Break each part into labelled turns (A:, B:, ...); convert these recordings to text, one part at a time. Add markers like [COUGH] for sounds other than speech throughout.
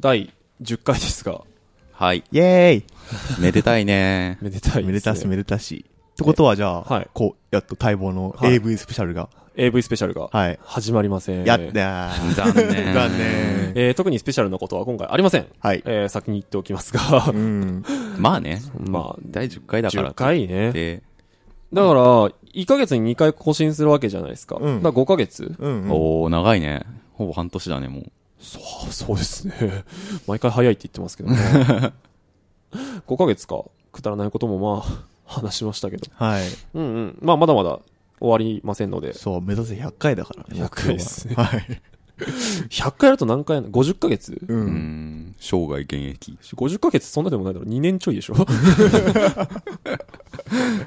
A: 第10回ですが、。
B: はい。
C: イェーイ
B: めでたいね
A: めでたいです、ね。
C: めでたし、めでたし。ってことはじゃあ、
A: はい
C: こう、やっと待望の
A: はい
C: AV スペシャルが。
A: AV スペシャルが
C: はい
A: 始まりません。
C: やったー。
B: 残念。
C: 残。念。
A: えー特にスペシャルなことは今回ありません。
C: はい
A: えー先に言っておきますが
C: う、ん。
B: まあね。
A: [LAUGHS] まあ、
B: 第10回だから。
A: 10回
B: っ
A: ね。
B: て。
A: だから、1ヶ月に2回更新するわけじゃないですか。
C: うん
A: だから5ヶ月
C: うんうん。
B: おー、長いね。ほぼ半年だね、もう。
A: そう、そうですね。 [LAUGHS] 毎回早いって言ってますけどね。5ヶ月か。くだらないこともまあ、話しましたけど。
C: はい。
A: うんうん。まあ、まだまだ終わりませんの
C: [LAUGHS]
A: で。
C: そう、目指せ100回だからね。
A: 100回ですね
C: 目標ははい。
A: 100回やると何回やるの ?50 ヶ月
C: う。
B: うんん。生涯現役。
A: 50ヶ月そんなでもないだろ。2年ちょいで
C: [LAUGHS]
A: しょ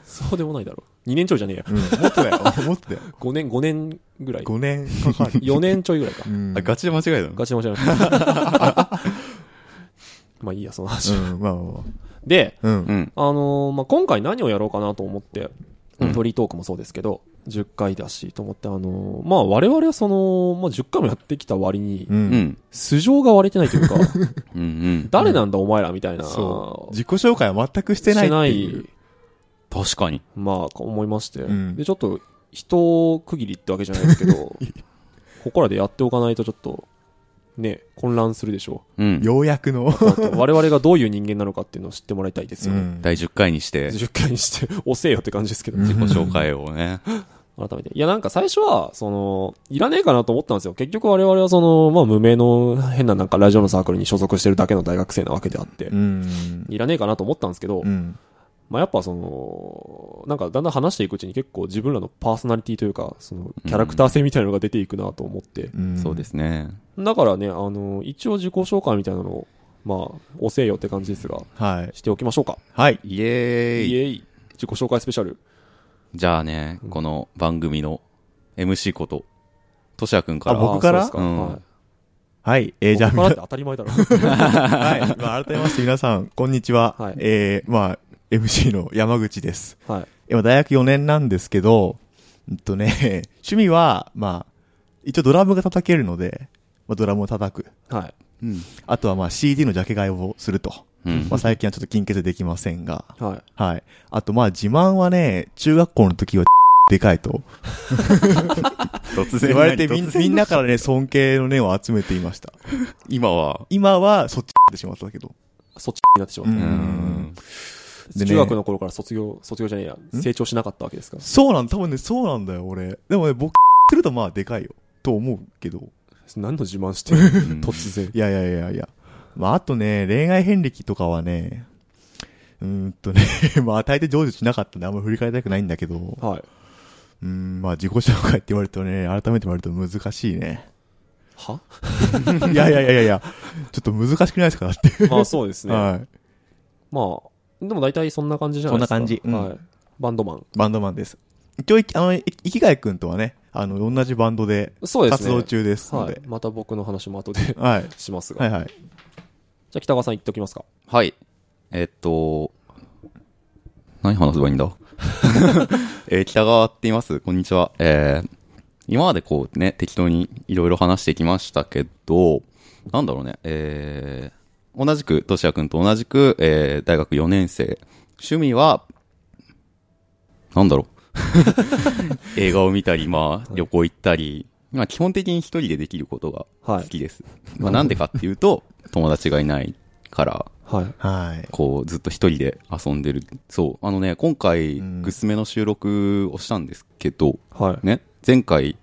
A: そうでもないだろ。2年ちょいじゃねえや
C: う。ん。もっとだよ。もっとだよ。
A: 5年、5年ぐらい。
C: 5年かかる。
A: 4年ちょいぐらいか
C: う。ん。
B: あ、ガチで間違えたの
A: ガチで間違えました。
C: [LAUGHS]
A: まあいいや、その話。
C: うん、まあまあま
A: で、
C: あ。う。
B: うんん。
A: あのーまあ今回何をやろうかなと思って、
B: うん
A: フリートークもそうですけど、10回だしと思って、あのーまあ我々はその、まあ10回もやってきた割に、
C: う。
B: うんん。
A: 素性が割れてないと
C: [LAUGHS]
A: いうか、
B: うんうん。
A: 誰なんだお前らみたいな、
C: そう。自己紹介は全くしてないっていう。
B: 確かに。
A: まあ、思いまして、
C: うん
A: で、ちょっと、人区切りってわけじゃないですけど、
C: [LAUGHS]
A: ここらでやっておかないとちょっと、ね、混乱するでしょ
B: うん。
C: ようやくの。
A: う。あと我々がどういう人間なのかっていうのを知ってもらいたいですよね。
B: 第10回にして、自
A: 10回にして、 [LAUGHS] 遅えよって感じですけど、
C: うん
B: 己紹介をね。
A: 改めて。いや、なんか最初は、その、いらねえかなと思ったんですよ。結局我々はその、まあ無名の変ななんかラジオのサークルに所属してるだけの大学生なわけであって、
C: うん。
A: いらねえかなと思ったんですけど、
C: うん。
A: まあ、やっぱその、なんかだんだん話していくうちに結構自分らのパーソナリティというか、そのキャラクター性みたいなのが出ていくなと思って。
C: うん
B: そうですね。
A: だからね、あの、一応自己紹介みたいなのを、まあ、おせえよって感じですが、
C: はい。
A: しておきましょうか。
C: はい。
B: イエ
A: イ
B: ーイ。
A: エイ自己紹介スペシャル。
B: じゃあね、この番組の MC こと、としやくんか
C: あ
B: ら。
C: 僕から
A: あそうです
B: うん
A: はい
C: はい。えー、じゃあ、
A: 僕からって当たり前だろ。
C: [LAUGHS] はい。まあ、改めまして皆さん、こんにちは。
A: はい
C: えー、まあ、MC の山口です。
A: はい。
C: 今、大学4年なんですけど、うんとね、趣味は、まあ、一応ドラムが叩けるので、まあ、ドラムを叩く。
A: はい。
B: うん。
C: あとは、まあ、CD のジャケ買いをすると。
B: うん
C: まあ、最近はちょっと金欠できませんが。
A: はい。
C: はい。あと、まあ、自慢はね、中学校の時は、 [LAUGHS] でかいと
B: 突然
C: 言われてみん
B: 突然
C: みんなからね、尊敬の念を集めていました。
B: 今は、
C: 今は、そっちってしまったけど。
A: そっちになってしまっ
C: う
B: うん
A: た。
B: ん。
C: でね
A: 中学の頃から卒業、卒業じゃねえや、成長しなかったわけですから。
C: そうなんだ、多分ね、そうなんだよ、俺。でもね、僕するとまあ、でかいよ。と思 [LAUGHS] うけど。
A: 何の自慢してる
B: 突
A: 突然。
C: [LAUGHS] いやいやいやいや。まあ、あとね、恋愛遍歴とかはね、うーんとね、 [LAUGHS] まあ、大抵成就しなかったんで、あんま振り返りたくないんだけど、う
A: はい。
C: ーん、まあ、自己紹介って言われるとね、改めて言われると難しいね。 [LAUGHS]
A: はい
C: やいやいやいや、ちょっと難しくないですかって。
A: まあそうですね。
C: は
A: まあ、でも大体そんな感じじゃないですか。
C: そんな感じうん
A: はい。バンドマン。
C: い。バンドマンです。一応、いあの、い生きがいくんとはね、あの、同じバンドで、
A: そうです
C: 活
A: ね。
C: 動中ですの
A: はい
C: で。。
A: また僕の話も後で
C: はい。
A: しますが。
C: はいはい。
A: じゃあ北川さん言っておきますか。
B: はい。えっと、何話せばいいんだ [LAUGHS] えー北川って言います。こんにちは。えー今までこうね、適当にいろいろ話してきましたけど、なんだろうね、えー同じく、としやくんと同じく、えー大学4年生。趣味は、なんだろう。 [LAUGHS] 映画を見たり、まあ、旅行行ったり、まあ、基本的に一人でできることが好きです。まあ、なんでかっていうと、友達がいないから、
A: はい。
C: はい。
B: こう、ずっと一人で遊んでる。そう。あのね、今回、
C: うん
B: グスメの収録をしたんですけど、
A: はい。
B: ね、前回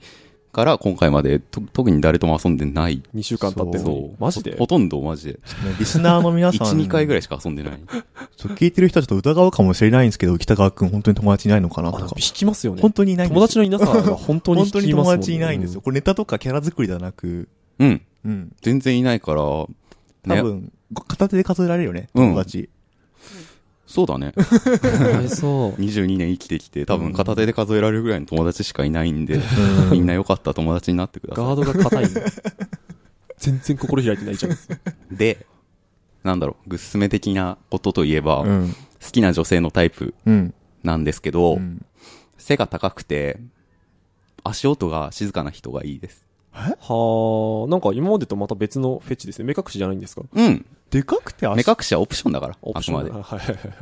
B: から今回まで、と特に誰とも遊んでない。
A: 2週間経ってるの
B: そ
A: に
B: う。
A: マジで
B: ほほとんどマジで。
C: ねリスナーの皆
B: 1、
C: さん。
B: 2回ぐらいしか遊んでない。
C: そう聞いてる人はちょっと疑うかもしれないんですけど、北川くん本当に友達いないのかな
A: あ、
C: と
A: なん
C: か
A: か。引きますよね
C: 本。当にいないんです
A: 友
C: よ
A: 達の皆さんが本当に引
C: 本
A: きま
C: 当
A: す
C: に
A: もんね
C: 友達いないんですよ。。これネタとかキャラ作りではなく、
B: うん。
C: うん。
B: 全然いないから、
C: 多
B: ね、
C: 分、片手で数えられるよね、
B: うん
C: 友達。
B: そうだね。
A: うん [LAUGHS] そう。
B: 22年生きてき
C: [LAUGHS]
B: て、多分片手で数えられるぐらいの友達しかいないんで、みんな良かった友達になってくださ
A: ガードが硬い。全然心開いてないじゃん。
C: [LAUGHS]
B: い。で、なんだろう、グスメ的なことといえば、好
C: ん。
B: きな女性のタイプ
C: うん。
B: なんですけど、
C: うん
B: 背が高くて、足音が静かな人がいいです。
A: はあ、なんか今までとまた別のフェチですね。目隠しじゃないんですか
B: うん。
C: でかくて
B: 目
C: 足、
B: 隠しはオプションだから。
A: オ
B: あ
A: プシ
B: く
A: ョ
B: ま
A: ン
B: で。
A: はいはいはいはい。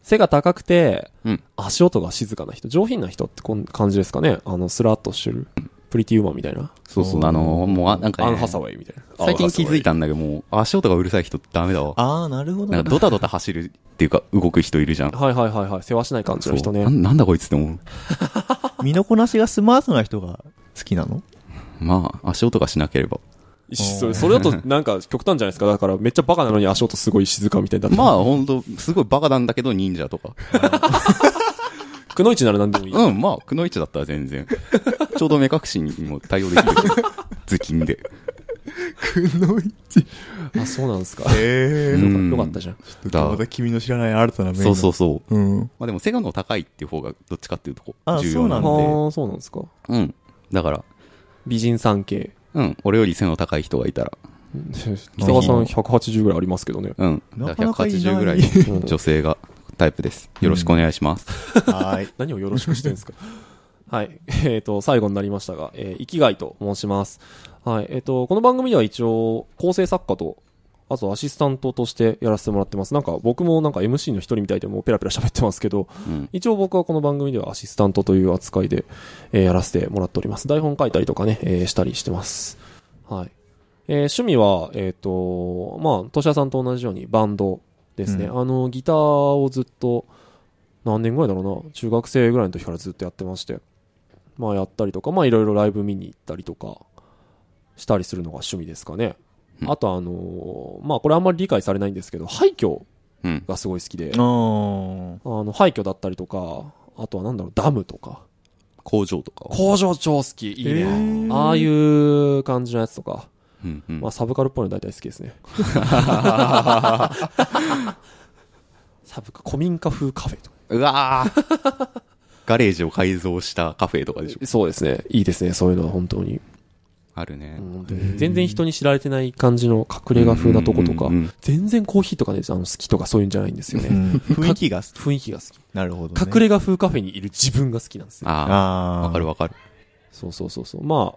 A: 背が高くて、
B: うん
A: 足音が静かな人、上品な人ってこんな感じですかね。あの、スラッとしてる。プリティウーマンみたいな。
B: そうそう、あのー、もう、あなんか
A: ア
B: ね
A: ン・ハサウェイみたいな。
B: 最近気づい
A: た。
B: たんだけど、もう、足音がうるさい人ってダメだわ。
C: ああ、なるほど
B: なんか、ドタドタ走るっていうか、動く人いるじゃん。
A: はいはいはいはい。世話しない感じの人ね
B: そう。ななんだこいつって思う。
C: 身のこなしがスマートな人が好きなの
B: まあ、足音がしなけれ [LAUGHS] ば。
A: それ、それだとなんか極端じゃないですか。だからめっちゃバカなのに足音すごい静かみたいだって。
B: まあ、ほんと、すごいバカなんだけど、忍者とか。
A: あ、くのいちなら何でもいい。
B: うん、まあ、くのいちだったら全 [LAUGHS] 然。ちょうど目隠しにも対応できる。頭巾で。
A: あ、そうなんですか。
C: え
B: う
C: え
B: ん
A: よかったじゃん。
B: だ
C: また君の知らない新たな面
B: そうそううそう。
C: そう。うん。
B: まあでも、背がの高いっていう方が、どっちかっていうとこ
C: あ、
B: 重要なんで。
C: そう
A: はあ、そうなんですか。
B: うん。だから、
A: 美人三景。
B: うん、俺より背の高い人がいたら、
A: 北川さん180ぐらいありますけどね。
B: うん、
C: なかなかいない
B: 180ぐらい
A: うん
B: の女性がタイプです。よろしくお願いします。
C: はーい。
A: [LAUGHS] 何をよろしくしてるんですかはい。えっ、と、最後になりましたが、えー生きがいと申します。はい。えっ、と、この番組では一応、構成作家と、あとアシスタントとしてやらせてもらってます。なんか僕もなんか MC の一人みたいでもうペラペラ喋ってますけど、
B: うん
A: 一応僕はこの番組ではアシスタントという扱いで、えーやらせてもらっております。台本書いたりとかね、えーしたりしてます。はい。えー趣味は、えっ、と、まあ、としやさんと同じようにバンドですね。
C: う
A: あの、ギターをずっと、何年ぐらいだろうな、中学生ぐらいの時からずっとやってまして、まあやったりとか、まあいろいろライブ見に行ったりとか、したりするのが趣味ですかね。
B: うん
A: あとあのーまあこれあんまり理解されないんですけど、廃墟
B: うん。
A: がすごい好きで
C: あ、ー
A: あの、廃墟だったりとか、あとはなんだろう、ダムとか、
B: 工場とかは。
A: 工場超好き、いい
C: え
A: ね。
C: ー
A: ああいう感じのやつとか、
B: うんうん
A: まあサブカルっぽいの大体好きです [LAUGHS] ね。サブカ、古民家風カフェとか。
B: うわー [LAUGHS] ガレージを改造したカフェとかでしょ。
A: そうですね。いいですね。そういうのは本当に。
B: あるね。
A: うん全然人に知られてない感じの隠れ家風なとことか
B: うんうんうん、
A: 全然コーヒーとかね、あの好きとかそういうんじゃないんですよ
C: う
A: ね。
C: ん雰囲気が好き。
A: 雰囲気が好き。
C: なるほど、ね。
A: 隠れ家風カフェにいる自分が好きなんですよ。
B: ああ、
C: ああ。
B: わかるわかる。
A: そうそうそうそう。ま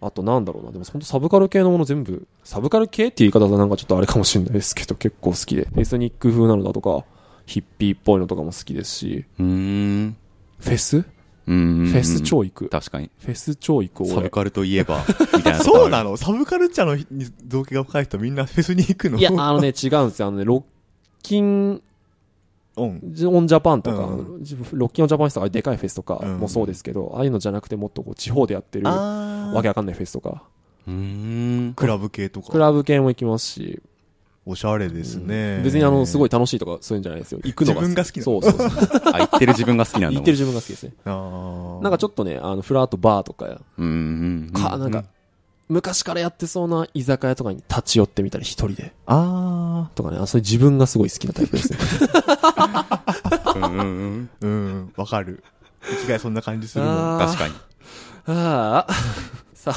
A: あ、あとなんだろうな。でも本当サブカル系のもの全部、サブカル系っていう言い方はなんかちょっとあれかもしれないですけど、 [LAUGHS] 結構好きで。エスニック風なのだとか、ヒッピーっぽいのとかも好きですし、
B: うーん。
A: フェスフ
B: うーん。
A: ェス超行く。
B: 確かに。
A: フェス超行く
B: サ
A: 俺
B: ブ。カルといえば、みたいなとこある。
C: そうなのサブカルチャーのに造形が深い人みんなフェスに行くの
A: いや、あのね、違うんですよ。あのね、ロッキン
C: [LAUGHS] うん。
A: オンジャパンとか、
C: う
A: ロッキンオンジャパンフェスとか、ああいうでかいフェスとか
C: うん
A: もそうですけど、ああいうのじゃなくてもっとこう地方でやってる、わ
C: あ
A: けわかんないフェスとか、
B: うーん。
C: クラブ系と
A: ク
C: か。
A: ラブ系も行きますし、
C: おしゃれですね。
A: 別にあの、すご
C: い。
A: い楽しいとかそういうんじゃないですよ。行くのが。
C: 自分が好きな
A: そうそうそう。
B: あ、言ってる自分が好きな
A: 行
B: んだも
A: っ
B: ん。
A: てる自分が好きですね。
C: あー
A: なんかちょっとね、あの、フラートバーとか、
B: うーん。
A: か、なん
C: う
A: か
C: ん、
A: 昔からやってそうな居酒屋とかに立ち寄ってみたり、一人で。
C: あ
A: とかね、あ、それ自分がすごい好きなタイプです [LAUGHS] ね。
B: うんうんうん。
C: ー。うん。わかる。一概そんな感じするも
A: あ
C: ん。
A: ー
B: 確かに。
A: ああ。 [LAUGHS] さあ、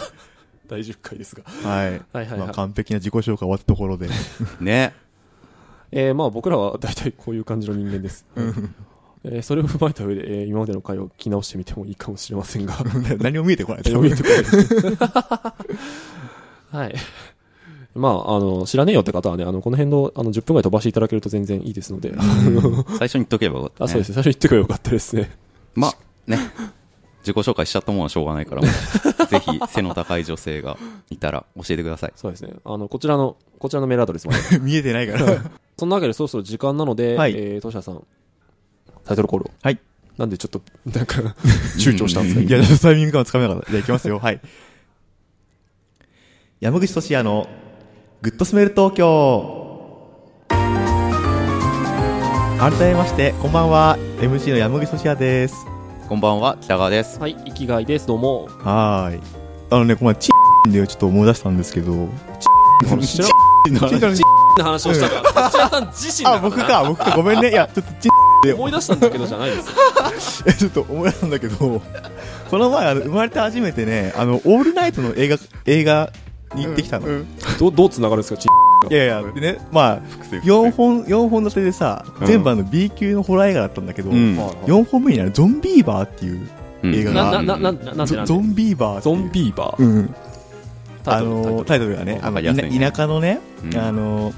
A: 第10回ですが。
C: は
A: は
C: い。
A: いはいはい。
C: まあ、完璧な自己紹介終わったところで。
A: [LAUGHS]
B: ね。
A: えー、まあ僕らは大体こういう感じの人間です。えー、それを踏まえた上で、えー、今までの回を聞き直してみてもいいかもしれませんが。
C: 何も見えてこない。
A: 読みとか [LAUGHS] はい。まあ、あの、知らねえよって方はね、あの、この辺の、あの、10分ぐらい飛ばしていただけると全然いいですので、 [LAUGHS] あの
B: 最初に言っとけばよかった、ね。
A: あ、そうですね。最初言ってくればよかったですね。
B: まあ、ね。自己紹介しちゃったものはしょうがないから、も
A: [LAUGHS]
B: うぜひ背の高い女性がいたら教えてください。
A: そうですね。あの、こちらの、こちらのメールアドレスまで。
C: 見えてないから。
A: [LAUGHS] そんなわけでそろそろ時間なので、
C: はい
A: えー、トシヤさん、タイトルコールを。
C: はい。
A: なんでちょっと、なんか、躊躇したんですか
C: [LAUGHS] いや、タイミング感つかめなかった。じゃあ行きますよ。はい。山口俊也のグッドスメル東京。改めまして、こんばんは。MC の山口俊也です。
B: こんばんは、北川です。
A: はい、生きがいです。どうも。
C: はーい。あのね、この前、チンでちょっと思い出したんですけど。
A: 知らんの話をしたから、土屋さん自身だ
C: あ、
A: から
C: 僕
A: な
C: か、僕か、ごめんね。いや、ちょっとチン
A: 思い出したんだけどじゃないですよ。
C: えちょっと思い出したんだけど、この前、あの生まれて初めてね、あの、オールナイトの映画、映画に行ってきたの。
A: ど、どう繋がるんですか、ち
C: いやいや、でね、まあ、
B: 複数
C: 4本、四本立てでさ、全部あの B 級のホラー映画だったんだけど、
B: うん。
A: はいはい
C: 4本目にあるゾンビーバーっていう
B: うん
C: 映画
A: な、
C: が
A: な、な、な、ななんで
C: ゾ
A: なん
C: ゾ
A: で
C: ンビーバーってい
A: ゾ
C: う
A: ンビーバー。
C: うん
A: タ
C: あ
A: イトル
C: のタイトルがねあ
B: わか
C: の
B: りやすいね
C: 田田舎のね
B: うん
C: あの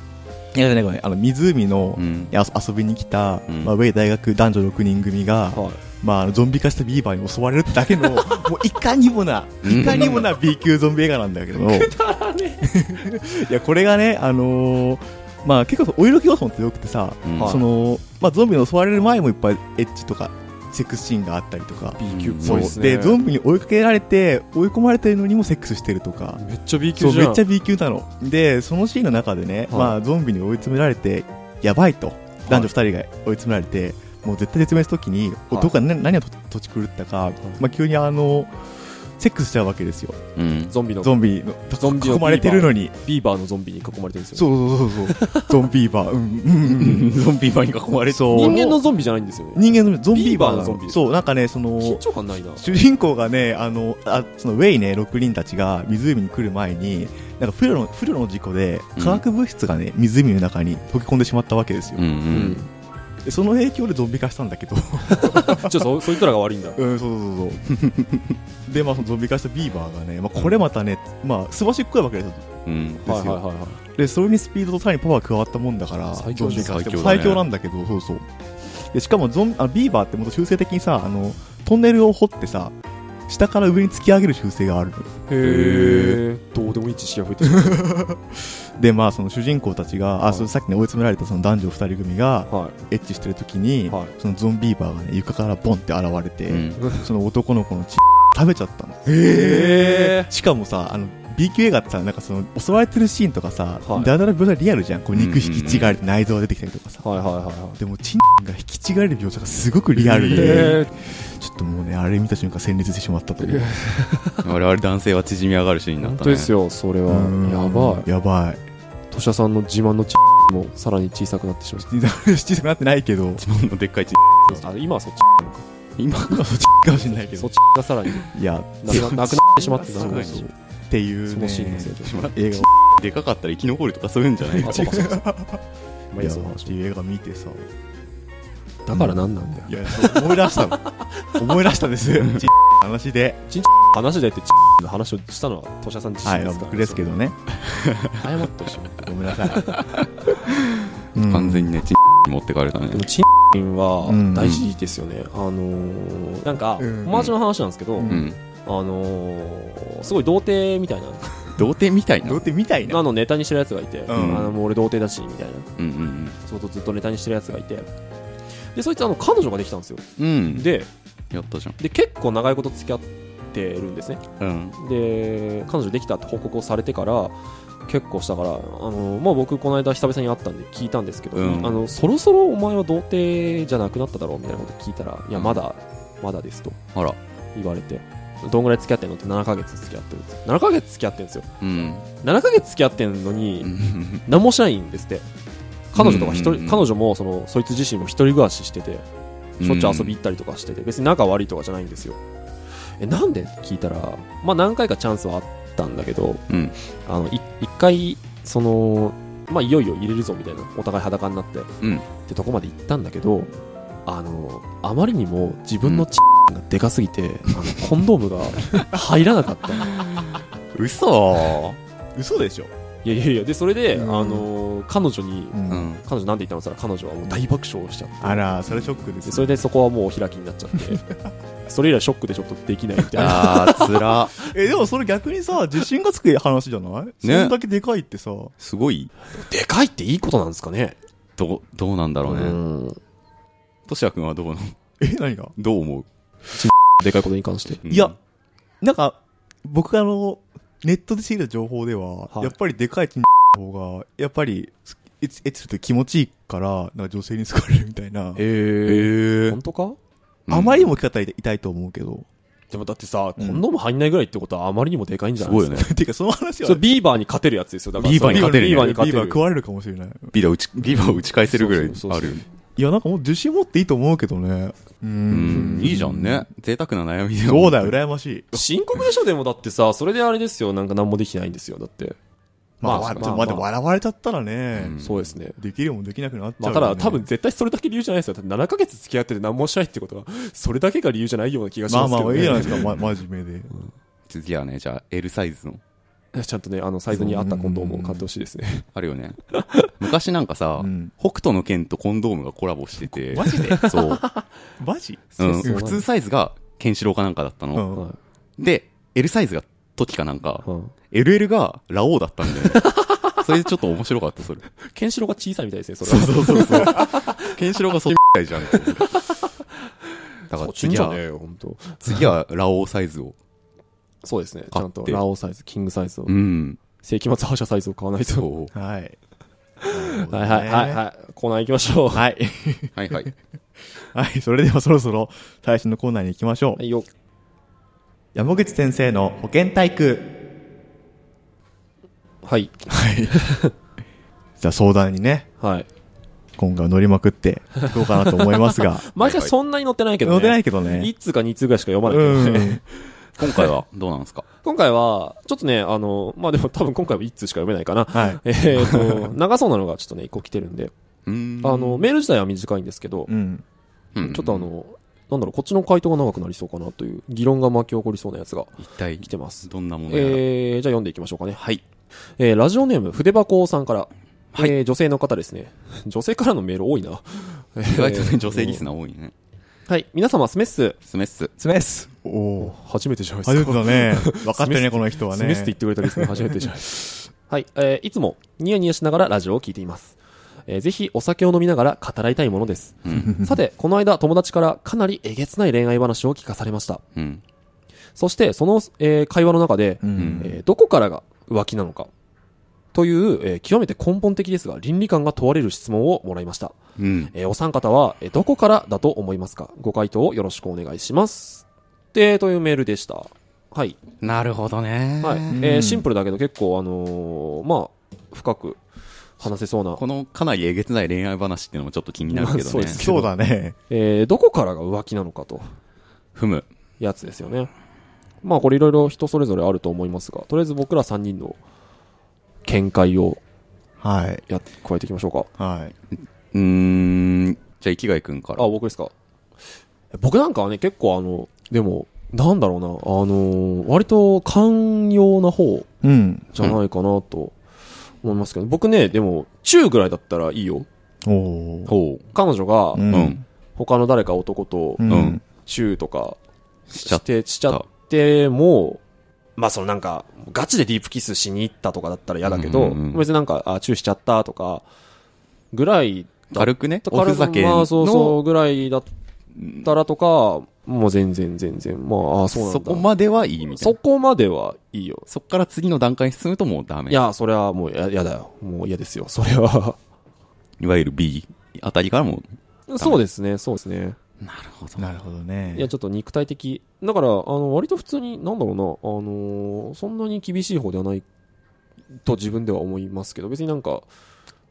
C: いやじゃないごめんあの湖の
B: うん
C: あ遊びに来た、
B: うん
C: まあ、ウェイ大学男女6人組が、
A: はい。
C: まああの、ゾンビ化したビーバーに襲われるってだけ
B: [LAUGHS]
C: のもういかにもな
B: うん
C: いかにもな B 級ゾンビ映画なん
B: [LAUGHS]
C: だけどいやこれがねあのーまあ結構お色気要素も強くてさ、
B: うん
A: はい
C: そのまあ、ゾンビに襲われる前もいっぱいエッチとかセックスシーンがあったりとか
A: B 級っ
B: そ
A: ぽ
B: う
A: い
B: で
A: ですね。
C: ゾンビに追いかけられて追い込まれてるのにもセックスしてるとか
A: めっちゃ B
C: そ
A: 級
C: う
A: じ
C: め
A: ゃん。
C: っちゃ B 級なのでそのシーンの中でね、
A: はい
C: まあ、ゾンビに追い詰められてやばいと男女2人が追い詰められて、もう絶対絶命した時に、男が何何をととち狂ったか、まあ、急にあのセックスしちゃうわけですよ
B: うん。
A: ゾンビの、
C: ゾンビの
A: ゾンビの
C: 囲まれてるのに
A: ビーバーのゾンビに囲まれてるんですよ。
C: そうそうそうそうゾンビーバーうんうんうんうん
B: ゾンビバに囲まれそう。
A: 人間のゾンビじゃないんですよね。
C: 人間のゾンビーバーな
A: ビーバーのゾンビ
C: のそうなんかねそ
A: 緊
C: の
A: 張感ないな。
C: 主人公がね、あの、あそのウェイね、6人たちが湖に来る前に、なんか不慮の、不慮の事故で
B: うん
C: 化学物質がね、湖の中に溶け込んでしまったわけですよ
B: うん。
A: う
B: うん。。
C: でその影響でゾンビ化したんだけど、
A: ち
C: [LAUGHS]
A: ょっとそ、 [LAUGHS] そいつらが悪いんだ。
C: うん、そうそうそうそう。で、まあ、そのゾンビ化したビーバーがね、まあ、これまたね、まあ、すばしっこいわけですよ。
B: うん。
A: はい
C: です
A: はい
C: よ
A: はいはい。
C: で、それにスピードとさらにパワー加わったもんだから、
A: 最強
C: ゾンビ化し
B: 最強だね
C: ても最強なんだけど、そうそう。で、しかもゾン、あビーバーってもっと修正的にさ、あの、トンネルを掘ってさ、下から上に突き上げる習性があるのよ
A: へえ。どうでもいい知識が増えてる。
C: でまあその主人公たちが、
A: はい
C: あそれさっきね追い詰められたその男女2人組が
A: は
C: エッチしてる時に、
A: い。はい。
C: そのゾンビーバーがね床からボンって現れて、
B: うん。
C: その男の子の血食べちゃったの
A: へー
C: しかもさあの B 級映画ってさなんかその襲われてるシーンとかさ、
A: はい
C: だいたい描写リアルじゃんこう
B: うんうんうん
C: 肉引き違えて内臓が出てきたりとかさ、
A: はいはいはいは
C: でもチンが引き違える描写がすごくリアル
A: い。
C: で、
A: へ
C: ちょっともうねあれ見た瞬間戦慄してしまったという
A: え。
B: 我々男性は縮み上がるシーンになっ
A: 本
B: た
A: 当
B: ね。
A: ですよ、それは。やばい。
C: いやばい
A: 土砂さんの自慢のチもさらに小さくなってしまっ
C: 小さくなってないけど
B: 一番のでっかいチ
A: た。あ、今はそっちなのか。
B: 今、
C: 今そっちかもしれないけ
A: そ
C: ど
A: っちがさらに
C: いや
A: なくななくなってしまってた
B: そ
A: ん
B: う
A: で
B: だ
A: す
B: よ
A: よ。
C: っていう
A: そ
C: ね
A: のシーンですよ。
C: 映画
B: でかかったら生き残るとかそういうんじゃない
A: あ、そうかそうか。まあいい
C: い
A: や
C: や
A: その
C: って
A: 話
C: いう映画見てさ
A: だからなんなんだよ。
C: いやそう思い出した [LAUGHS] の思い出したんですよち話 [LAUGHS] で
A: 話でやってチの話をしたのは土砂さん自
C: は
A: 身
C: い
A: ですから。
C: 僕ですけどね
A: 謝ってほしい。
C: ごめんな [LAUGHS] さい
B: 完全に
C: に
B: ね、チに持ってかれたね
A: で。も、チンは
C: うん
A: 大事ですよね。あのー、なんか、
C: うん
A: 友達の話なんですけど、
C: う
A: あ
C: ん
B: うん。
A: のー、すごい童貞みたいな、
B: 童貞みたいな。
C: どうってみたい
A: な
C: な
A: のネタにしてるやつがいて、あ
C: ん
A: の、もう俺童貞だし、みたいな。
B: うんうん
A: そうずっとネタにしてるやつがいて。で、そいつ、あの、彼女ができたんですよ。
B: うん。うん。
A: で、
B: やったじゃん。
A: で、結構長いこと付き合ってるんですね。
B: うん。
A: で彼女できたって報告をされてから結構したからあの、まあ、僕この間久々に会ったんで聞いたんですけど、
B: うん
A: あのそろそろお前は童貞じゃなくなっただろうみたいなこと聞いたらいや
B: うん
A: まだ、まだですと
B: あら。
A: 言われてどんぐらい付き合ってんのって7ヶ月付き合ってるんです7ヶ月付き合ってるんですよ
B: うん。
A: 7ヶ月付き合ってんの
B: う
A: に
B: ん
A: 何もしないんですって彼女とか一人、
B: うんうんうん
A: 彼女もそのそいつ自身も一人暮らししててしょっちゅう遊び行ったりとかしてて、別に仲悪いとかじゃないんですよ。え、なんでって聞いたら、まあ何回かチャンスはあったんだけど、
B: うん
A: あの、い一回、その、まあいよいよ入れるぞみたいな、お互い裸になって、
B: うん
A: ってとこまで行ったんだけど、あの、あまりにも自分のチンがでかすぎて、あの、 [LAUGHS] コンドームが入らなかった。い
B: 嘘
C: 嘘でしょ
A: [LAUGHS] やいやいや、で、それで、
C: うん
A: あの、彼女に、
B: う
C: うん
B: ん。
A: 彼女なんて言ったのって言ったら彼女はもう大爆笑しちゃって。
C: あらそれショックで
A: ですそれでそこはもうお開きになっちゃ [LAUGHS] って、それ以来ショックでちょっとできないみたいな。
B: あー、つら。
C: えでもそれ逆にさ自信がつく話じゃないそんだけでかいってさ
B: すごい、
A: でかいっていいことなんですかね
B: どう、どうなんだろうね。
A: ん。
B: としやくんはどうなの [LAUGHS]
C: え何が
B: どう思う
A: でかいことに関して。
B: うん
C: いや、なんか僕あのネットで仕入れた情報では
A: はい
C: やっぱりでかいチンの方がやっぱりエッチエッチすると気持ちいいからなんか女性に好かれるみたいな
A: え
B: え
A: ー。
B: ー
A: 本当か
B: うん
C: あまりにも大きかったら痛いと思うけど。 [LAUGHS]
A: でもだってさ、
C: うん
A: こんなもん入んないぐらいってことはあまりにもでかいんじゃ
B: す
A: ない
B: ご
A: で
B: い
A: す
B: よ
A: か。
B: ね。
C: てか、その話は。
A: それビーバーに勝てるやつですよ。だから
B: ビーバーに勝てる
A: ビーバーに
C: ビーバー食
A: 勝てる。
C: われるかもしれない。
B: ビーバー打ち、ビーバー打ち返せるぐらい
A: そうそう
B: あ
A: そう
B: る
A: そう
B: よね。
C: いや、なんかもう自信持っていいと思うけどね。うー
B: うん
C: ん。
B: いいじゃんね。。贅沢な悩みでも
C: そうだよ、羨ましい。
A: 深刻でしょ、でもだってさ、それであれですよ、なんか何もできないんですよ、だって。
C: まあ、
A: まあ
C: わちょっと
A: まあ
C: 待って
A: まあ
C: 笑われちゃったらね、
B: うん
A: そうですね。
C: できるもできなくなっちゃう、ね
A: まあ、ただ、多分、絶対それだけ理由じゃないですよ。だって7ヶ月付き合ってて何もしないってことは、それだけが理由じゃないような気がしま
C: まあ
A: すけど、ね。
C: まあ、いいじゃ
A: [LAUGHS]
C: ないですか、ま、真面目で。
B: 次はね、じゃあ L サイズの。
A: [LAUGHS] ちゃんとね、あの、サイズに合ったコンドームを買ってほしいですね。
B: あるよね。昔なんかさ、
C: うん
B: 北斗の剣とコンドームがコラボしてて。
C: マジで
B: そう。
A: [LAUGHS]
C: マジ
B: うん
A: そうそう
B: 普通サイズがケンシロウかなんかだった
C: う
B: の。
C: ん。
A: は
B: で、L サイズがトキかなんか
A: い。、はい。
B: LL がラオウだった [LAUGHS] んだよね。それでちょっと面白かった、それ。
A: ケンシロウが小さいみたいですね、それ
B: そう
A: は。
B: そうそうそう。ケンシロウがそっみたいじゃん。 [LAUGHS] だから次は、
A: よ、本当
B: 次はラオウサイズを。
A: そうですね。ち
B: 買
A: ゃ
B: って
A: んと、ラオウサイズ、キングサイズを
B: う。ん。
A: 世紀末覇者サイズを買わないと。
B: そう。
C: はい。
A: はいはいはい
C: い。
A: はい。コーナー行きましょう。
C: はい。
B: はいはい。
C: はい、それではそろそろ最初のコーナーに行きましょう。
A: はいよ。
C: 山口先生の保健体育。
A: はい。
C: はい。じゃあ相談にね、
A: はい。
C: 今回は乗りまくっていこうかなと思いま
A: [LAUGHS]
C: すが。
A: 毎回そんなに乗ってないけどね。
C: 乗ってないけどね。
A: 1通か2通ぐらいしか読まないけ
C: う
A: どね。
C: ん。
B: 今回はどうなんですか
A: [LAUGHS] 今回は、ちょっとね、あの、まあ、でも多分今回も1通しか読めないかな。 [LAUGHS]
C: はい。
A: えっ [LAUGHS] と、長そうなのがちょっとね、1個来てるんで。
B: うーん。
A: あの、メール自体は短いんですけど
C: う、ん。
B: うん、
A: ちょっとあの、なんだろう、こっちの回答が長くなりそうかなという、議論が巻き起こりそうなやつが
B: 一体
A: 来てます。
B: どんなものやら、
A: えー、じゃあ読んでいきましょうかね。
B: はい。
A: えー、ラジオネーム、筆箱さんから、
B: はい
A: えー、女性の方ですね。 [LAUGHS] 女性からのメール多いな。
B: 意外とね、女性リスナー多いね。
A: はい、皆様、スメッス。
B: スメッス。
A: スメッス。
C: おお
A: 初めてじゃないです
C: 初
A: か。
C: めてだね。分かってるね、この人はね。
A: スメスって言ってくれたリス
B: [LAUGHS]
A: ナー初めてじゃないはい、えーいつもニヤニヤしながらラジオを聞いています。えーぜひお酒を飲みながら語らいたいものです。
B: うん。
A: さて、この間友達からかなりえげつない恋愛話を聞かされました。
B: うん。
A: そして、その、えー会話の中で、
C: うん。
A: えーどこからが浮気なのかという、えー極めて根本的ですが倫理観が問われる質問をもらいました。
B: うん。
A: えーお三方は、えーどこからだと思いますかご回答をよろしくお願いします。で、というメールでした。はい。
B: なるほどね。
A: はい。えーシンプルだけど結構、あのーまあ、深く話せそうな。
B: このかなりえげつない恋愛話っていうのもちょっと気になるけどね。
A: まあそうです
C: そうだね。
A: えーどこからが浮気なのかと、
B: ふむ。
A: やつですよね。まあ、これいろいろ人それぞれあると思いますが、とりあえず僕ら三人の見解を
C: はい。
A: やって、加えていきましょうか。
C: はい。
B: うーん。じゃあ、生きくんから。
A: あ、僕ですか。僕なんかはね、結構あの、でも、なんだろうな、あのー割と寛容な方
C: うん。
A: じゃないかなと思いますけど、僕ね、でも、中ぐらいだったらいいよ。
C: おお。
B: ほ
A: 彼女が
C: う、
B: う。うんん。
A: 他の誰か男と
C: う、ん。
A: 中とか
B: しちゃ
A: し、
B: って
A: しちゃっても、まあそのなんか、ガチでディープキスしに行ったとかだったら嫌だけど、
B: うんうんうん
A: 別になんか、あ、チューしちゃったとか、ぐらい
B: た。軽くね、
A: と
B: おふざけの。
A: まあそうそう、ぐらいだったらとか、もう全然全然、まあ、あそうなんだ。
B: そこまではいいみたい
A: そ
B: な。
A: こまではいいよ。
B: そっから次の段階に進むともうダメ。
A: いや、それはもうややだよ。もう嫌ですよ。それは。
B: いわゆる B あたりからも。
A: [LAUGHS] そうですね、そうですね。
B: なるほど。
C: なるほどね。
A: いや、ちょっと肉体的。だから、あの、割と普通に、なんだろうな、あのーそんなに厳しい方ではないと自分では思いますけど、別になんか、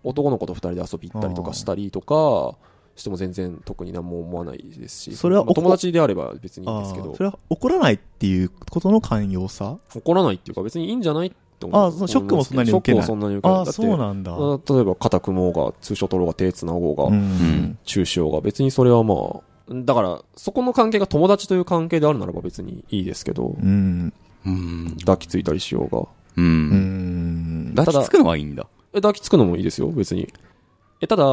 A: 男の子と二人で遊び行ったりとかしたりとか、しても全然特に何も思わないですし、
C: それは
A: まあ
C: おこ
A: 友達であれば別にいいん
C: あ
A: ですけ
C: ー
A: ど
C: そ、れは怒らないっていうことの寛容さ
A: 怒らないっていうか別にいいんじゃないって思う。
C: あーそのショックもそんなに受けない
A: ショックもそんなに受けない。
C: ああ、
A: だって
C: そうなんだ。
A: あー例えば肩組もうが、通所取ろうが、手繋ごうが、
C: うん。
A: 中止用が別にそれはまあ、だから、そこの関係が友達という関係であるならば別にいいですけど、
C: うん。
B: うん。
A: 抱きついたりしようが。
B: う。
C: うんん。
B: 抱きつくのはいいんだ。
A: え、抱きつくのもいいですよ、別に。え、ただ、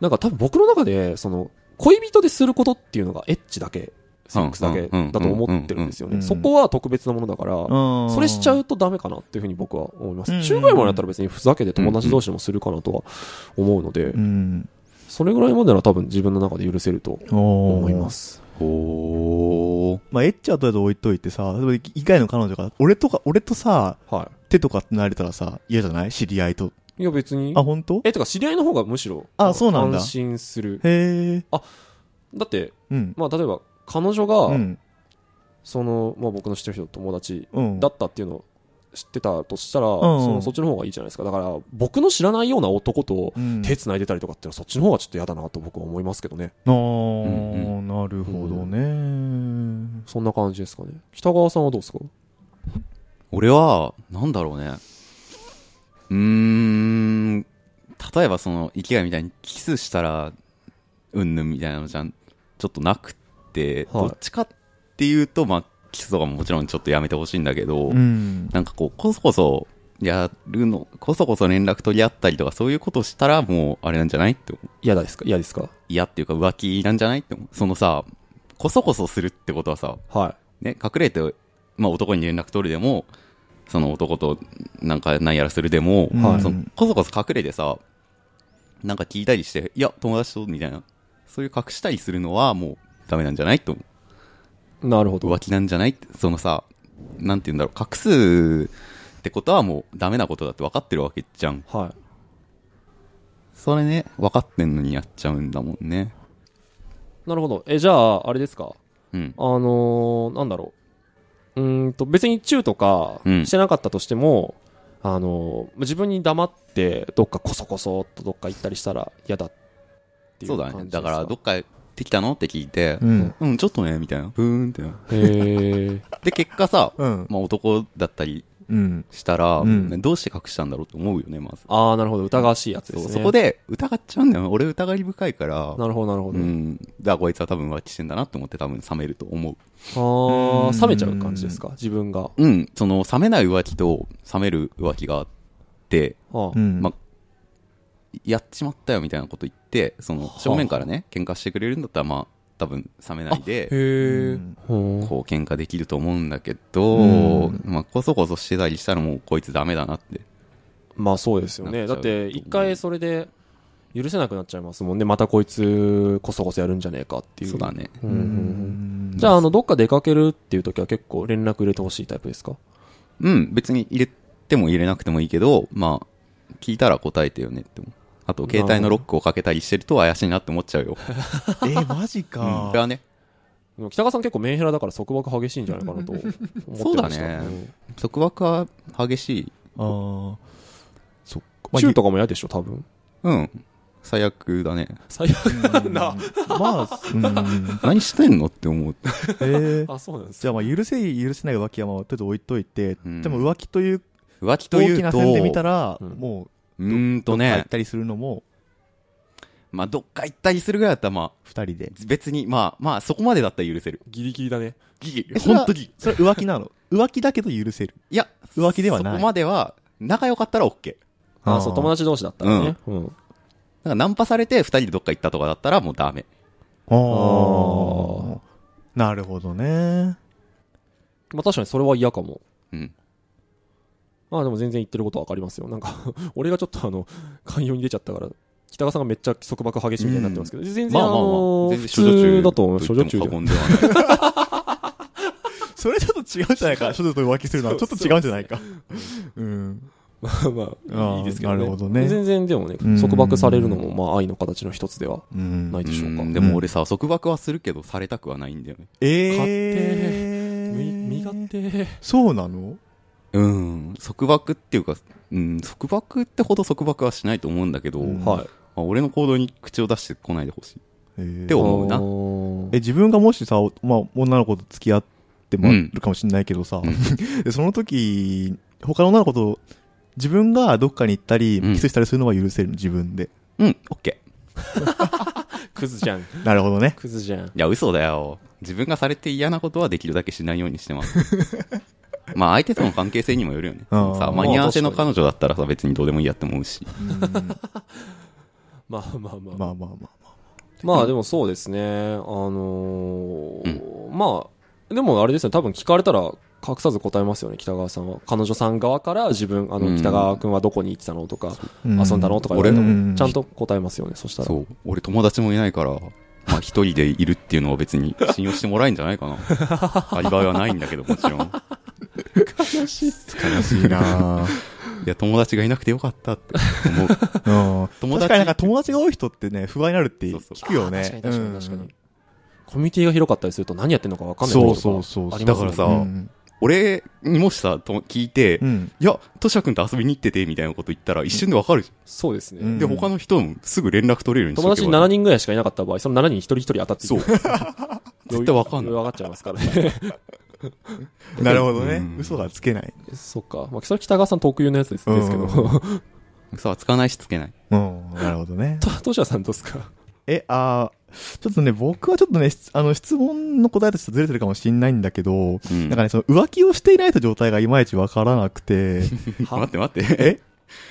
A: なんか多分僕の中で、その、恋人ですることっていうのがエッチだけ、セックスだけだと思ってるんですよ
C: うん
A: ね。
C: うん
A: そこは特別なものだから、そ
C: そ
A: れしちゃうとダメかなっていうふうに僕は思いま
C: うん
A: す。中ぐらいまでだったら別にふざけて友達同士でもするかなとは思うので
C: う、ん。
A: それぐらいまでなら多分自分の中で許せると
C: 思
A: 思いま。す。
B: ほー。
C: まあ、エッチはとりあえず置いといてさ、例えば以外の彼女が、俺とか、俺とさ、
A: は
C: 手とかってなれたらさ、嫌じゃない知り合いと。
A: い。いや別に
C: あ、。本当？
A: え、てか知り合いの方がむしろ、
C: あそうなんだ
A: 安心する。
C: へえ。
A: だって、
C: うん。
A: まあ例えば、彼女が、
C: うん。
A: その、まあ僕の知ってる人と友達
C: うん。
A: だったっていうのを知ってたとしたら、
C: ん
A: そのそっちの方がいいじゃないですか。だから、僕の知らないような男と
C: うん。
A: 手繋いでたりとかっていうのはそっちの方がちょっと嫌だなと僕は思いますけどね。
C: あ
B: ん
C: ー、なるほどね。
A: そんな感じですかね。北川さんはどうですか
B: 俺は、なんだろうね。うーん、例えばその、池谷みたいにキスしたら、うんぬんみたいなのじゃん、ちょっとなくって、
A: はい
B: どっちかっていうと、まあ、キスとかももちろんちょっとやめてほしいんだけど、
C: うん。
B: なんかこう、こそこそやるの、こそこそ連絡取り合ったりとか、そういうことしたら、もう、あれなんじゃないって思う。
A: 嫌ですか嫌ですか
B: 嫌っていうか、浮気なんじゃないって思う。そのさ、こそこそするってことはさ、
A: は
B: ね、隠れて、まあ、男に連絡取るでも、その男となんかなんやらするでも、
C: はい
B: そのこそこそ隠れてさ、なんか聞いたりして、いや、友達と、みたいな。そういう隠したりするのはもうダメなんじゃないと思う。
A: い。なるほど。
B: 浮気なんじゃないってそのさ、なんて言うんだろう、隠すってことはもうダメなことだって分かってるわけじゃん。
A: はい。
B: それね、分かってんのにやっちゃうんだもんね。
A: なるほど。え、じゃあ、あれですか
B: うん
A: あ。のー、なんだろう。うーんと、別にチューとか
B: うん
A: してなかったとしても、あのー、自分に黙って、どっかこそこそっとどっか行ったりしたら嫌だっていう
B: そう
A: 感
B: だ
A: じ
B: ね。
A: です
B: だから、どっか行ってきたのって聞いて、
C: うん。
B: うん、ちょっとね、みたいな。ブーンってな。
A: へー。
B: で、結果さ、
C: うん。
B: まあ、男だったり
C: うん。
B: したら、
C: うん
B: どうして隠したんだろうと思うよね、まず。
A: あー、なるほど。疑わしいやつで
B: そ
A: す
B: う
A: ね。
B: そこ。で疑っちゃうんだよ。俺疑り深いから、
A: なるほど、なるほ
B: う
A: ど。
B: ん。だからこいつは多分浮気してんだなって思って多分冷めると思
A: あ
C: うん
A: ー、冷めちゃう感じですか自分が。
B: う。うん。その冷めない浮気と冷める浮気があって、
A: あ
C: う
A: ー
C: ん。
B: まやっちまったよみたいなこと言って、その正面からね、喧嘩してくれるんだったらまあ多分冷めない
A: へ
B: で、
A: ー。ほ
B: こう喧嘩できると思うんだけど
C: うん、
B: まあこそこそしてたりしたらもうこいつダメだなって。
A: うまあそうですよ
B: な
A: ね。
B: っち
A: だ
B: ゃう
A: って、一回それで許せなくなっちゃいますもんね。またこいつ、こそこそやるんじゃねえかっていう。
B: そうだね。
A: うん
C: う
A: うんうん。
C: ん。
A: じゃあ、あの、どっか出かけるっていう時は結構連絡入れてほしいタイプですか
B: うん、別に入れても入れなくてもいいけど、まあ、聞いたら答えてよねって思う。あと、携帯のロックをかけたりしてると怪しいなって思っちゃうよ。
C: えー、マジ
B: うん
C: か
B: それ。はね、
A: でも北川さん結構メンヘラだから束縛激しいんじゃないかなと思ってました。
B: [LAUGHS] そうだね束縛は激しい。
C: ああ。そっ
A: うん。
C: か。
A: チューとかも嫌でしょ、多分。
B: うん。最悪だね。
A: 最悪。
C: うんまあ、うん。
B: 何してんのって思う。
C: えー
A: あ、そうなんです
C: じゃあまあ許せ許せない浮気はまあとりあえず置いといて、
B: うん
C: でも浮気という
B: 浮気と
C: 大
B: い
C: き
B: う
C: な
B: と、
C: 線で見た
B: う
C: ら、
A: うん
C: も
B: ーん
C: う
B: と
C: 入
B: ね
C: っ、たりするのも
B: まあ、どっか行ったりするぐらいだったら、まあ、
C: 二人で
B: 別に、まあ、まあ、そこまでだったら許せる。
A: ギリギリだね。
B: ギ
C: え
B: リ、
C: それは
B: 本当に。
C: それ浮気なの浮気だけど許せる
B: いや、
C: 浮気ではない
B: そこまでは、仲良かったら OK。
A: あ、そう、友
C: 達
A: 達同士だったらね。うん。
B: なんかナンパされて二人でどっか行ったとかだったらもうダメ。
C: あ
A: あ
C: あなるほどね
A: まあ確かにそれは嫌かも。
B: うん。
A: まあでも全然言ってることわかりますよ。なんか、 [LAUGHS] 俺がちょっとあの、寛容に出ちゃったから、北川さんがめっちゃ束縛激しいみたいになってますけど、全然
B: まあ
A: あ
B: まあまあ
A: の、、
B: 全然
A: 普
B: 処女中
A: 通だと思う。
B: 言
A: 処
B: って
A: 女中で
B: も過言ではない。
C: それちょっと違うんじゃないかちょっと浮気するのはちょっと違うんじゃないかうん
A: まあまあ、いいですけどね。
C: あーなるほどね
A: 全然でもね
C: う、ん
A: 束縛されるのも、まあ愛の形の一つでは
C: うん
A: ないでしょうか。
B: ん
A: で
B: でも俺さ、束縛はするけど、されたくはないんだよね。
C: え
A: み、身勝
C: ー、
A: 手。
C: そうなの
B: うん。束縛っていうか、うん、束縛ってほど束縛はしないと思うんだけど、
C: うん
B: ま
A: はい。
B: あ俺の行動に口を出してこないでほしい。
C: えー
B: でも思うな
A: な。
C: え自分がもしさ、おまあ、女の子と付き合ってもらるかもしれないけどさ、
B: う
C: [LAUGHS] でその時他の女の子と自分がどっかに行ったり、
B: うん
C: キスしたりするのは許せるの自分で
B: うん、オッケー。
A: クズじゃん。
C: なるほどね
A: クズじゃん。
B: いや、嘘だよ。自分がされて嫌なことはできるだけしないようにしてます。 [LAUGHS] まあ、相手との関係性にもよるよね。
C: あー
B: さ、
A: ま
B: ま
A: あ
B: あ、ニュアンスの
A: 確か
B: 彼女だったらさ、別にどうでもいいやって思うし。
C: [LAUGHS]
A: まあまあまあ。
C: まあまあまあ
A: まあでもそうですね。あのーまあ、でもあれですね、多分聞かれたら隠さず答えますよね、北川さんは。彼女さん側から自分、あ
B: う
A: の、
B: ん
A: 北川君はどこに行ってたのとか、
C: うん
A: 遊んだのとか言われて
C: 俺
A: も
C: も
A: ちゃんと答えますよね、そしたら。
B: そう。俺友達もいないから、まあ、一人でいるっていうのは別に信用してもらえんじゃないか
C: [LAUGHS]
B: な。アリバイはないんだけど、もちろん。
A: 悲しい。
C: 悲しいなぁ
B: いや、友達がいなくてよかったって思う。
C: うん
B: 友達
C: 確かになんか友達が多い人ってね不安になるって
B: そうそう
C: 聞くよね
A: 確かに確かに確か
C: うん
A: に。コミュニティが広かったりすると何やってんのか分かんない
C: そうそうそう
A: あ
C: そう
A: りますもんね
B: だからさ
C: うん
B: 俺にもしさ、と聞いて、
C: う
B: い
C: ん
B: や、トシャ君と遊びに行ってて、みたいなこと言ったら一瞬でわかるじ
A: そうですね。
C: う
B: ゃん。
C: ん
B: で、他の人もすぐ連絡取れるようにし
A: 友
B: とけ
A: 達
B: ば
A: 7人ぐらいしかいなかった場合、その7人一人一人当たっていく [LAUGHS]
B: そう。絶対わかんない
A: 分かっちゃいますからね。 [LAUGHS]
C: なるほどね
B: うん。
C: 嘘がつけない。
A: そっか。まあ、それは北川さん特有のやつですですけど。
C: う
B: 嘘はつかないしつけない。
C: うん、なるほどね。
A: と、としやさんどうです
C: [LAUGHS]
A: か
C: え、あーちょっとね、僕はちょっとね、質あの、質問の答えとしてずれてるかもしんないんだけど、
B: うん。
C: なんかね、その浮気をしていないと状態がいまいちわからな
B: [LAUGHS]
C: くて、
B: 待って待って。
C: え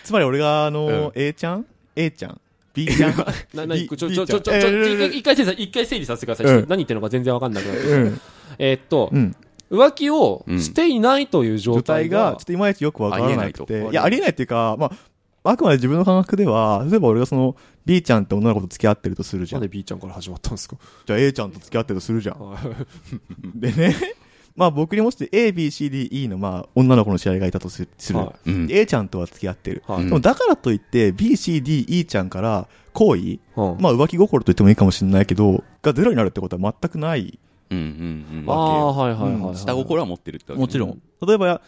C: つまり俺が、あの、
B: うん
C: A ちゃん ?A ちゃん ?B ちゃ
B: [LAUGHS]
C: ん
A: [LAUGHS] な、な、
C: B
A: ちょ、ちょ、
C: B
A: ちょ、ちょ、ちょ、
C: え
A: ちょ
C: ー
A: 一回整理さ、一回整理させてください。ちょっと
C: うん
A: 何言ってるのか全然わかんなくなって。
C: うん。
A: えーっと
C: う、ん。
A: 浮気をしていないという状
C: 状
A: 態
C: 態が
A: が
C: ちょっ、といまいちよくわからなく
B: ありえない
C: て
B: と
C: いやありえないっていうかまああくまで自分の感覚では例えば俺がその B ちゃんって女の子と付き合ってるとするじ
A: な
C: ゃ
A: んで
C: ん
A: B ちゃんから始まったんですか
C: じゃあ A ちゃんと付き合ってるとするじゃん
A: はい
C: でね [LAUGHS] まあ僕にもし ABCDE のまあ女の子の試合がいたとすする、
A: は
B: [LAUGHS] うん。
C: で A ちゃんとは付き合ってる、
A: はい
B: うん
C: でもだからといって BCDE ちゃんから好意、
A: うん
C: まあ浮気心と言ってもいいかもしれないけどがゼロになるってことは全くない
B: うんうんうん。
A: ああ、はいはいはいは
C: う
A: い。
C: ん
B: 下心は持ってるってわけね
C: もちろん。。例えば、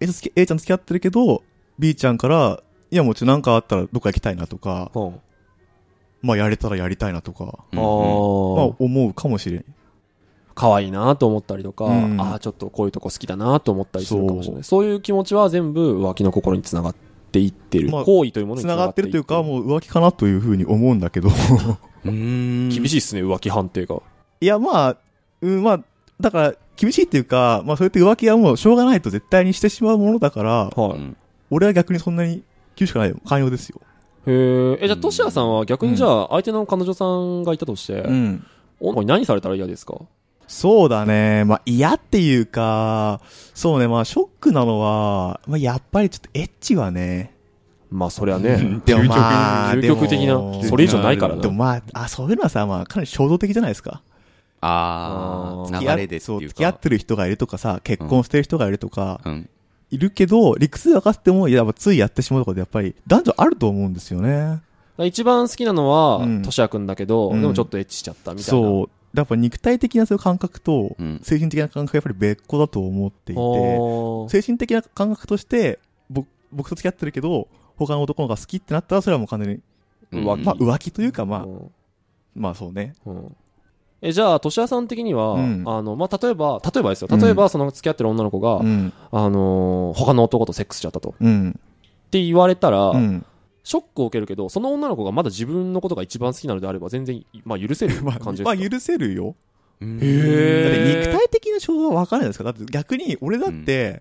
C: A ちゃん付き A ちゃん付き合ってるけど、B ちゃんから、いやもうちょっとなんかあったらどっか行きたいなとか、
A: うん。あ
C: まあやれたらやりたいなとか、
B: うん
A: あ
B: うん
C: ま
A: ー。
C: あ思うかもしれん。
A: 可愛いなと思ったりとか、
C: うん
A: ああ、ちょっとこういうとこ好きだなと思ったりするかもしれな
C: そ
A: い。そういう気持ちは全部浮気の心につながっていってる。
C: まあ
A: 行為というものに
C: 繋がってるというか、
A: う。
C: もう浮気かなというふうに思うんだけど。 [LAUGHS]
B: うーん。
A: 厳
B: し
A: しいっすね、浮気判定が。
C: いやまあ、うん、まあ、だから、厳しいっていうか、まあそうやって浮気はもうしょうがないと絶対にしてしまうものだから、
A: はい。
C: 俺は逆にそんなに厳しくないよ。寛容ですよ。
A: へーえ、じゃあ、
B: うん
A: トシヤさんは逆にじゃあ、相手の彼女さんがいたとして、
C: ん。
A: 女の子に何されたら嫌ですか
C: そうだね。まあ、嫌っていうか、そうね。まあ、ショックなのは、まあ、やっぱりちょっとエッチはね。
A: まあ、そりゃ
C: [LAUGHS]
A: ね。
C: でもまあ、
A: 究極的
C: で
A: な
C: も、
A: それ以上ないから
C: で
A: な
C: も。まあ、あ、そういうのはさ、まあ、かなり衝動的じゃないですか。
A: あ
B: ああ、
A: ー
B: 流れでって
C: そう、
B: いうか。
C: 付き合ってる人がいるとかさ、結婚してる人がいるとか、
B: うん。
C: いるけど、理屈で分かっても、やっぱついやってしまうとかで、やっぱり男女あると思うんですよね。
A: 一番好きなのは
C: うん、
A: トシヤくんだけど、で
C: うん
A: もちょっとエッチしちゃったみたいな。
C: そう。やっぱ肉体的なそういう感覚と、
B: うん。
C: 精神的な感覚はやっぱり別個だと思っていて、
A: おー
C: 精神的な感覚として、僕、僕と付き合ってるけど、他の男の子が好きってなったら、それはもう完全に、
A: 浮気
C: まあ、浮気というか、まあ、
A: うん
C: まあそうね。
A: うんえ、じゃあ、トシヤさん的には、
C: うん
A: あの、まあ、例えば、例えばですよ。例えば、その付き合ってる女の子が、
C: うん。
A: あのー他の男とセックスしちゃったと。っ
C: うん。
A: て言われたら
C: う、ん。
A: ショックを受けるけど、その女の子がまだ自分のことが一番好きなのであれば、全然、まあ、許せる
C: まあ、
A: 感じです
C: [LAUGHS] ま
A: か
C: あ許せるよ。
B: うん。
C: だって
A: へ
C: 肉体的な衝動は分からないですかだって逆に俺だって、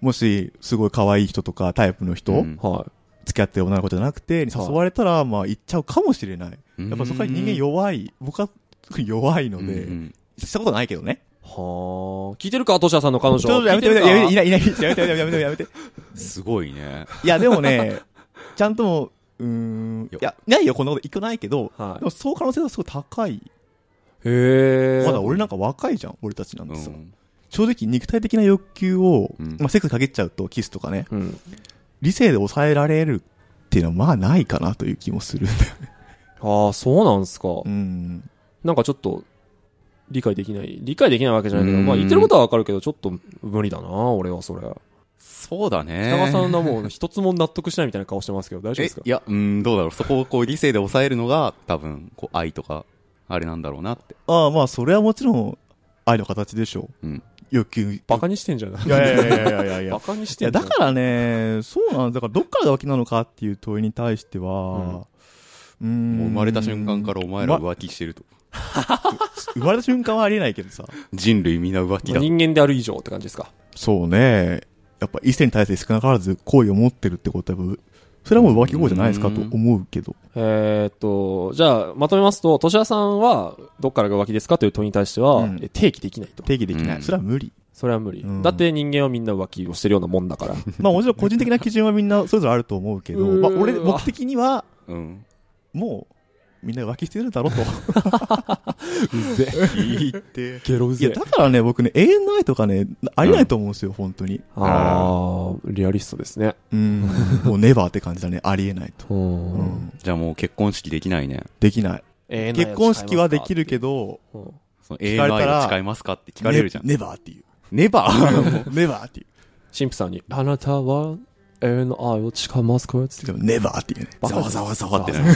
C: もし、すごい可愛い人とかタイプの人、
B: うん
A: は
C: 付き合ってる女の子じゃなくて、
A: はい
C: 誘われたら、まあ行っちゃうかもしれない。
B: うん
C: やっぱそこは人間弱い。僕は特に弱いので、
B: うん
C: したことないけどね。
A: い。はあ。聞いてるかトシヤさんの彼女。
C: ちょっとやめて
A: 聞
C: や
A: い
C: め
A: る
C: て
A: か
C: やめて、いないいない、やめてやめてやめてやめて。
B: すごいね。
C: いや、でもね、ちゃんともう、うーん、いや、ないよ、こんなこと一個ないけど、
A: は
C: でもそう可能性はすごい高い。
A: い。へえ。
C: まだ俺なんか若いじゃん、俺たちなん
B: う
C: てさ。
B: ん。
C: 正直肉体的な欲求を、
B: うん
C: まあセックスかけちゃうとキスとかね、
A: うん。
C: 理性で抑えられるっていうのはまあないかなという気もするんだよね。
A: ああ、そうなんすか。
C: うん。
A: なんかちょっと、理解できない。理解できないわけじゃないけど、
B: うん
A: まあ言ってることはわかるけど、ちょっと無理だな、俺はそれ。
B: そうだね。
A: 北川さんはもう一つも納得しないみたいな顔してますけど、大丈夫
B: え
A: ですか
B: いや、うん、どうだろう。そこをこう理性で抑えるのが、多分、こう愛とか、あれなんだろうなって。
C: ああ、まあそれはもちろん愛の形でしょう。
B: うん
C: 欲求。
A: バカにしてんじゃない
C: いやいやいやいやいやいや
A: バ。カにし
C: [LAUGHS] い
A: て
C: や、
A: んじゃ
C: だ
A: ん。
C: からね、そうなんですだから、どっからが浮気なのかっていう問いに対しては、うーん。
B: もう生まれた瞬間からお前ら
C: ま
B: 浮気してると。
C: 生まれた瞬間はありえないけどさ。
B: 人類皆浮気
A: ま
B: だ
A: あ。人間である以上って感じですか。
C: そうね。やっぱ異性に対して少なからず好意を持ってるってことは、それはもう浮気行為じゃないですかと思うけど。
A: えーっと、じゃあ、まとめますと、としやさんは、どっからが浮気ですかという問いに対しては、
C: うん
A: え定義できないと。
C: 定義できな
B: うん
C: い。それは無 [LAUGHS] 理。
A: それは無理、
C: うん
A: だって人間はみんな浮気をしてるようなもんだ
C: [LAUGHS]
A: から。
C: まあもちろん個人的な基準はみんなそれぞれあると思うけど、
A: うー
C: まあ
A: わ
C: 俺、僕的には、 [LAUGHS]
B: うん。
C: もう、みんな浮気してるだろうと。
B: いい
C: [LAUGHS] って。
A: ゲロう
C: いや、だからね、僕ね、永遠の愛とかね、ありえないと思うんですよ、本当に。
A: あー、リアリストですね。
C: うん。もうネバーって感じだね、ありえないと。
A: うん
C: うん。
B: じゃあもう結婚式できないね。
C: できない。
A: えー
C: 結婚式はできるけ
A: ど。
C: ど、
A: うん
B: その永
C: 聞
B: 遠
C: かれ
B: の
C: たら
B: 愛を誓いますかって聞かれるじゃん。
C: ねネバーっていう。
B: ネバー
C: ネバーっていう。
A: 神父さんに、あなたは永遠の愛を誓います [LAUGHS] かって
C: でもネバーっていうね。
A: バカ
C: ざわざわざわって
B: て
C: な
B: な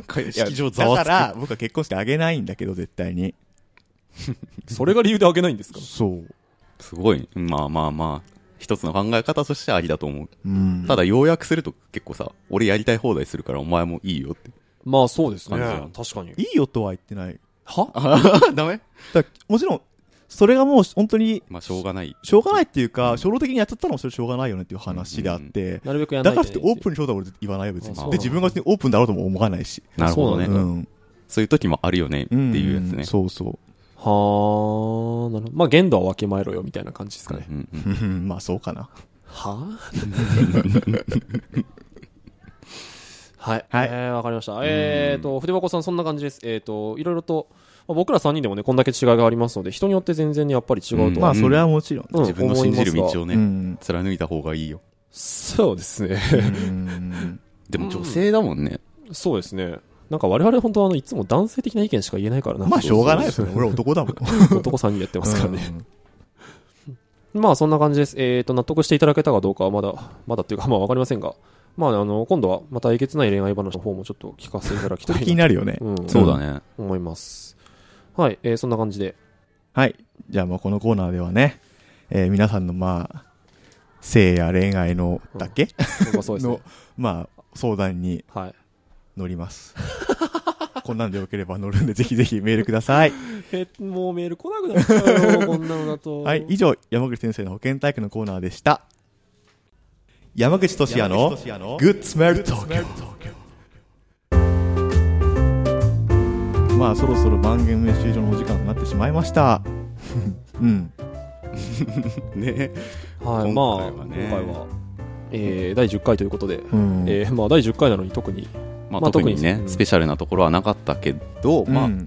C: る。
B: る。
C: いや
B: 式場ざ
C: だ
B: わ
C: か
B: つく。
C: ら、僕は結婚してあげないんだけど、絶対に。
A: それが理由であげないんですか
C: そう。
B: すごい。まあまあまあ、一つの考え方としてありだと思う。
C: うん
B: ただ、要約すると結構さ、俺やりたい放題するからお前もいいよって。
A: まあそうですね。
B: 感
A: 確かに。
C: いいよとは言ってない。
A: は
B: あダメ
C: だからもちろん、それがもう本当に、
B: まあ、しょうがない。
C: しょうがないっていうか、衝動的にやっちゃったのもそれしょうがないよねっていう話であって、
A: なるべくやんな
C: だ
A: い
C: から
A: とね
C: ってオープンにしようとは俺言わないよ、別に。
A: あそう
C: で、自分が別にオープンだろうとも思わないし。
B: なるほど
A: そ
B: ね。
A: う
B: そ
A: な
B: う
C: うん。
B: いう時もあるよねっていうやつね
C: ん。そうそう。
A: はあ、なるほど。まあ限度は分けまえろよみたいな感じですかね。
B: うんうん
C: うんまあそうかな。
A: は [LAUGHS] あはい。
C: はい
A: えーわ、かりました。えっ、と、筆箱さんそんな感じです。えっ、と、いろいろと、まあ僕ら3人でもね、こんだけ違いがありますので、人によって全然ね、やっぱり違うとは、
B: うん
C: まあそれはもちろん。
A: うん
B: 自分の信じる道
A: 思い
B: を
A: ますが
C: う
B: ね、
C: ん。
B: 貫いた方がいいよ。
A: そうですね。 [LAUGHS]
C: うん
B: でも女性だもんね。
A: そうですね。なんか我々本当はあの、いつも男性的な意見しか言えないからな。
C: [LAUGHS] まあしょうがないです
A: そう
C: よね。俺男だもん。
A: そう [LAUGHS] 男3人でやってますからね。 [LAUGHS] まあそんな感じです。えっ、と、納得していただけたかどうかはまだ、まだっていうかまあわかりませんが、まああの、今度はまたえげつない恋愛話の方もちょっと聞かせていただき
C: こ
A: た
C: れ
A: い
C: [LAUGHS] 気に
A: な
C: なるよね。
A: うん、
B: そうだね。
A: 思います。はい、えーそんな感じで。
C: はい。じゃあまあこのコーナーではね、えー皆さんのまあ、性や恋愛のだけ
A: まあそうですね
C: の。、まあ、相談に
A: はい。
C: 乗
A: [LAUGHS]
C: ります。こんなんでよければ乗るんで、ぜひぜひメールください。
A: え、もうメール来なくなっちゃう [LAUGHS] よ、こんなのだと。
C: はい、以上、山口先生の保健体育のコーナーでした。山口俊也のグッスメル東京。まあ、そろそろ番組終了のお時間になってしまい
A: [LAUGHS]
C: ました。うん。
B: ね
A: はい、まあ、
B: 今回は
A: 今
B: ね
A: 回は、えー第10回ということで、
C: うん。
A: えーまあ第10回なのに特に、
B: まあ
A: まあ
B: 特に
A: 特
B: ね
A: にう、ん
B: スペシャルなところはなかったけど、ま
C: う
B: あ
C: ん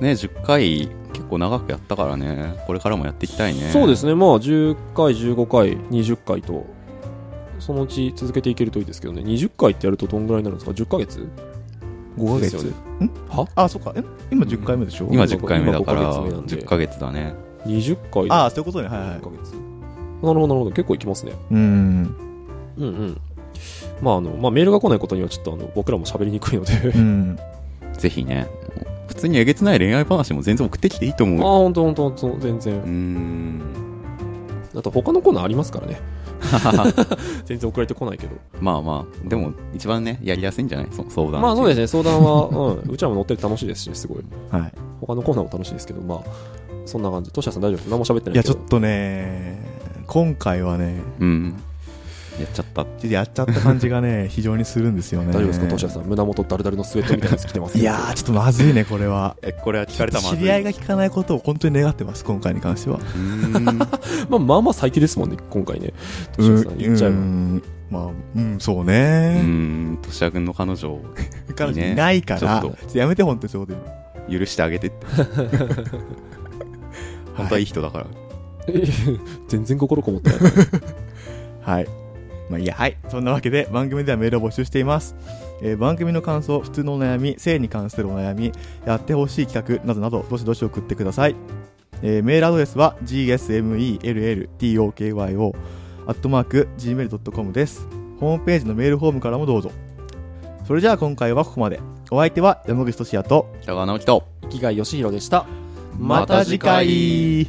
B: ね、10回結構長くやったからね、これからもやっていきたいね。
A: そうですね、まあ10回、15回、20回と、そのうち続けていけるといいですけどね、20回ってやるとどんぐらいになるんですか ?10 ヶ月
C: 5ヶ
B: で
C: 月
B: すよね。
C: あ、そっか。え今10回目でしょ
B: 今10回目だか
A: 今5ヶ
B: ら、
A: 月目なんで
B: 10ヶ月だね。
A: ?20 回
C: ああ、そういうことね。はいはい
A: 1。ヶ月。なるほど、なるほど。結構いきますね。
C: うん。
A: うんうん。まあ、あの、まあ、メールが来ないことにはちょっと、あの、僕らも喋りにくいので。
C: う
A: あ
C: ん。
B: ぜひね、普通にえげつない恋愛話も全然送ってきていいと
A: あ、
B: 思う。
A: ほんとほんとほんと、全
B: うー
A: 然。
B: ん。
A: あと、他のコーナーあります
C: [LAUGHS]
A: からね。全然送られてこないけど。
B: まあまあ、でも一番ね、やりやすいんじゃないそ相談。
A: まあ、そうですね、相談は、うん、うちらも乗ってて楽しいですし、すごい。
C: はい。
A: 他のコーナーも楽しいですけど、まあ、そんな感じ。トシヤさん大丈夫です何も喋ってないい
C: や、
A: け
C: ちょ
A: ど。
C: っとね、今回はね、
B: うん。やっちゃった。
C: ちょっとやっちゃった感じ
A: [LAUGHS]
C: がね、非常にするんですよね。
A: 大丈夫ですか、トシヤさん。胸元ダルダルのスウェットみたいなやつ着てますけ
C: い
A: ど
C: やー、ちょっとまずいね、これは。
B: え、これは聞かれたま
C: 知り合いが聞かないことを本当に願ってます、今回に関しては。
B: うーん。
A: まあ、まあまあ最低ですもんね、今回ね。トシヤさん言っちゃえば。
C: んまあ、うん、そう
B: う
C: ね。
B: ーん。としやくんの彼女を [LAUGHS]
C: 彼女いないから、
B: いいねちょ
C: ちょっ
B: っ
C: とやめて、本当にそういうこと
B: 許してあげてって。
A: [LAUGHS]
B: 本当はいい人だから。
A: [LAUGHS] 全然心こもってない。
C: [LAUGHS] 言うのはい。まあいいや、はい。そんなわけで、番組ではメールを募集しています。えー番組の感想、普通のお悩み、性に関するお悩み、やってほしい企画などなど、どしどし送ってください。えーメールアドレスは gsmelltokyo アットマーク gmail.com です。ホームページのメールフォームからもどうぞ。それじゃあ今回はここまで。お相手は山口俊也と、
B: 北川直樹と。
A: 生きがいよしひろでした。
B: また次回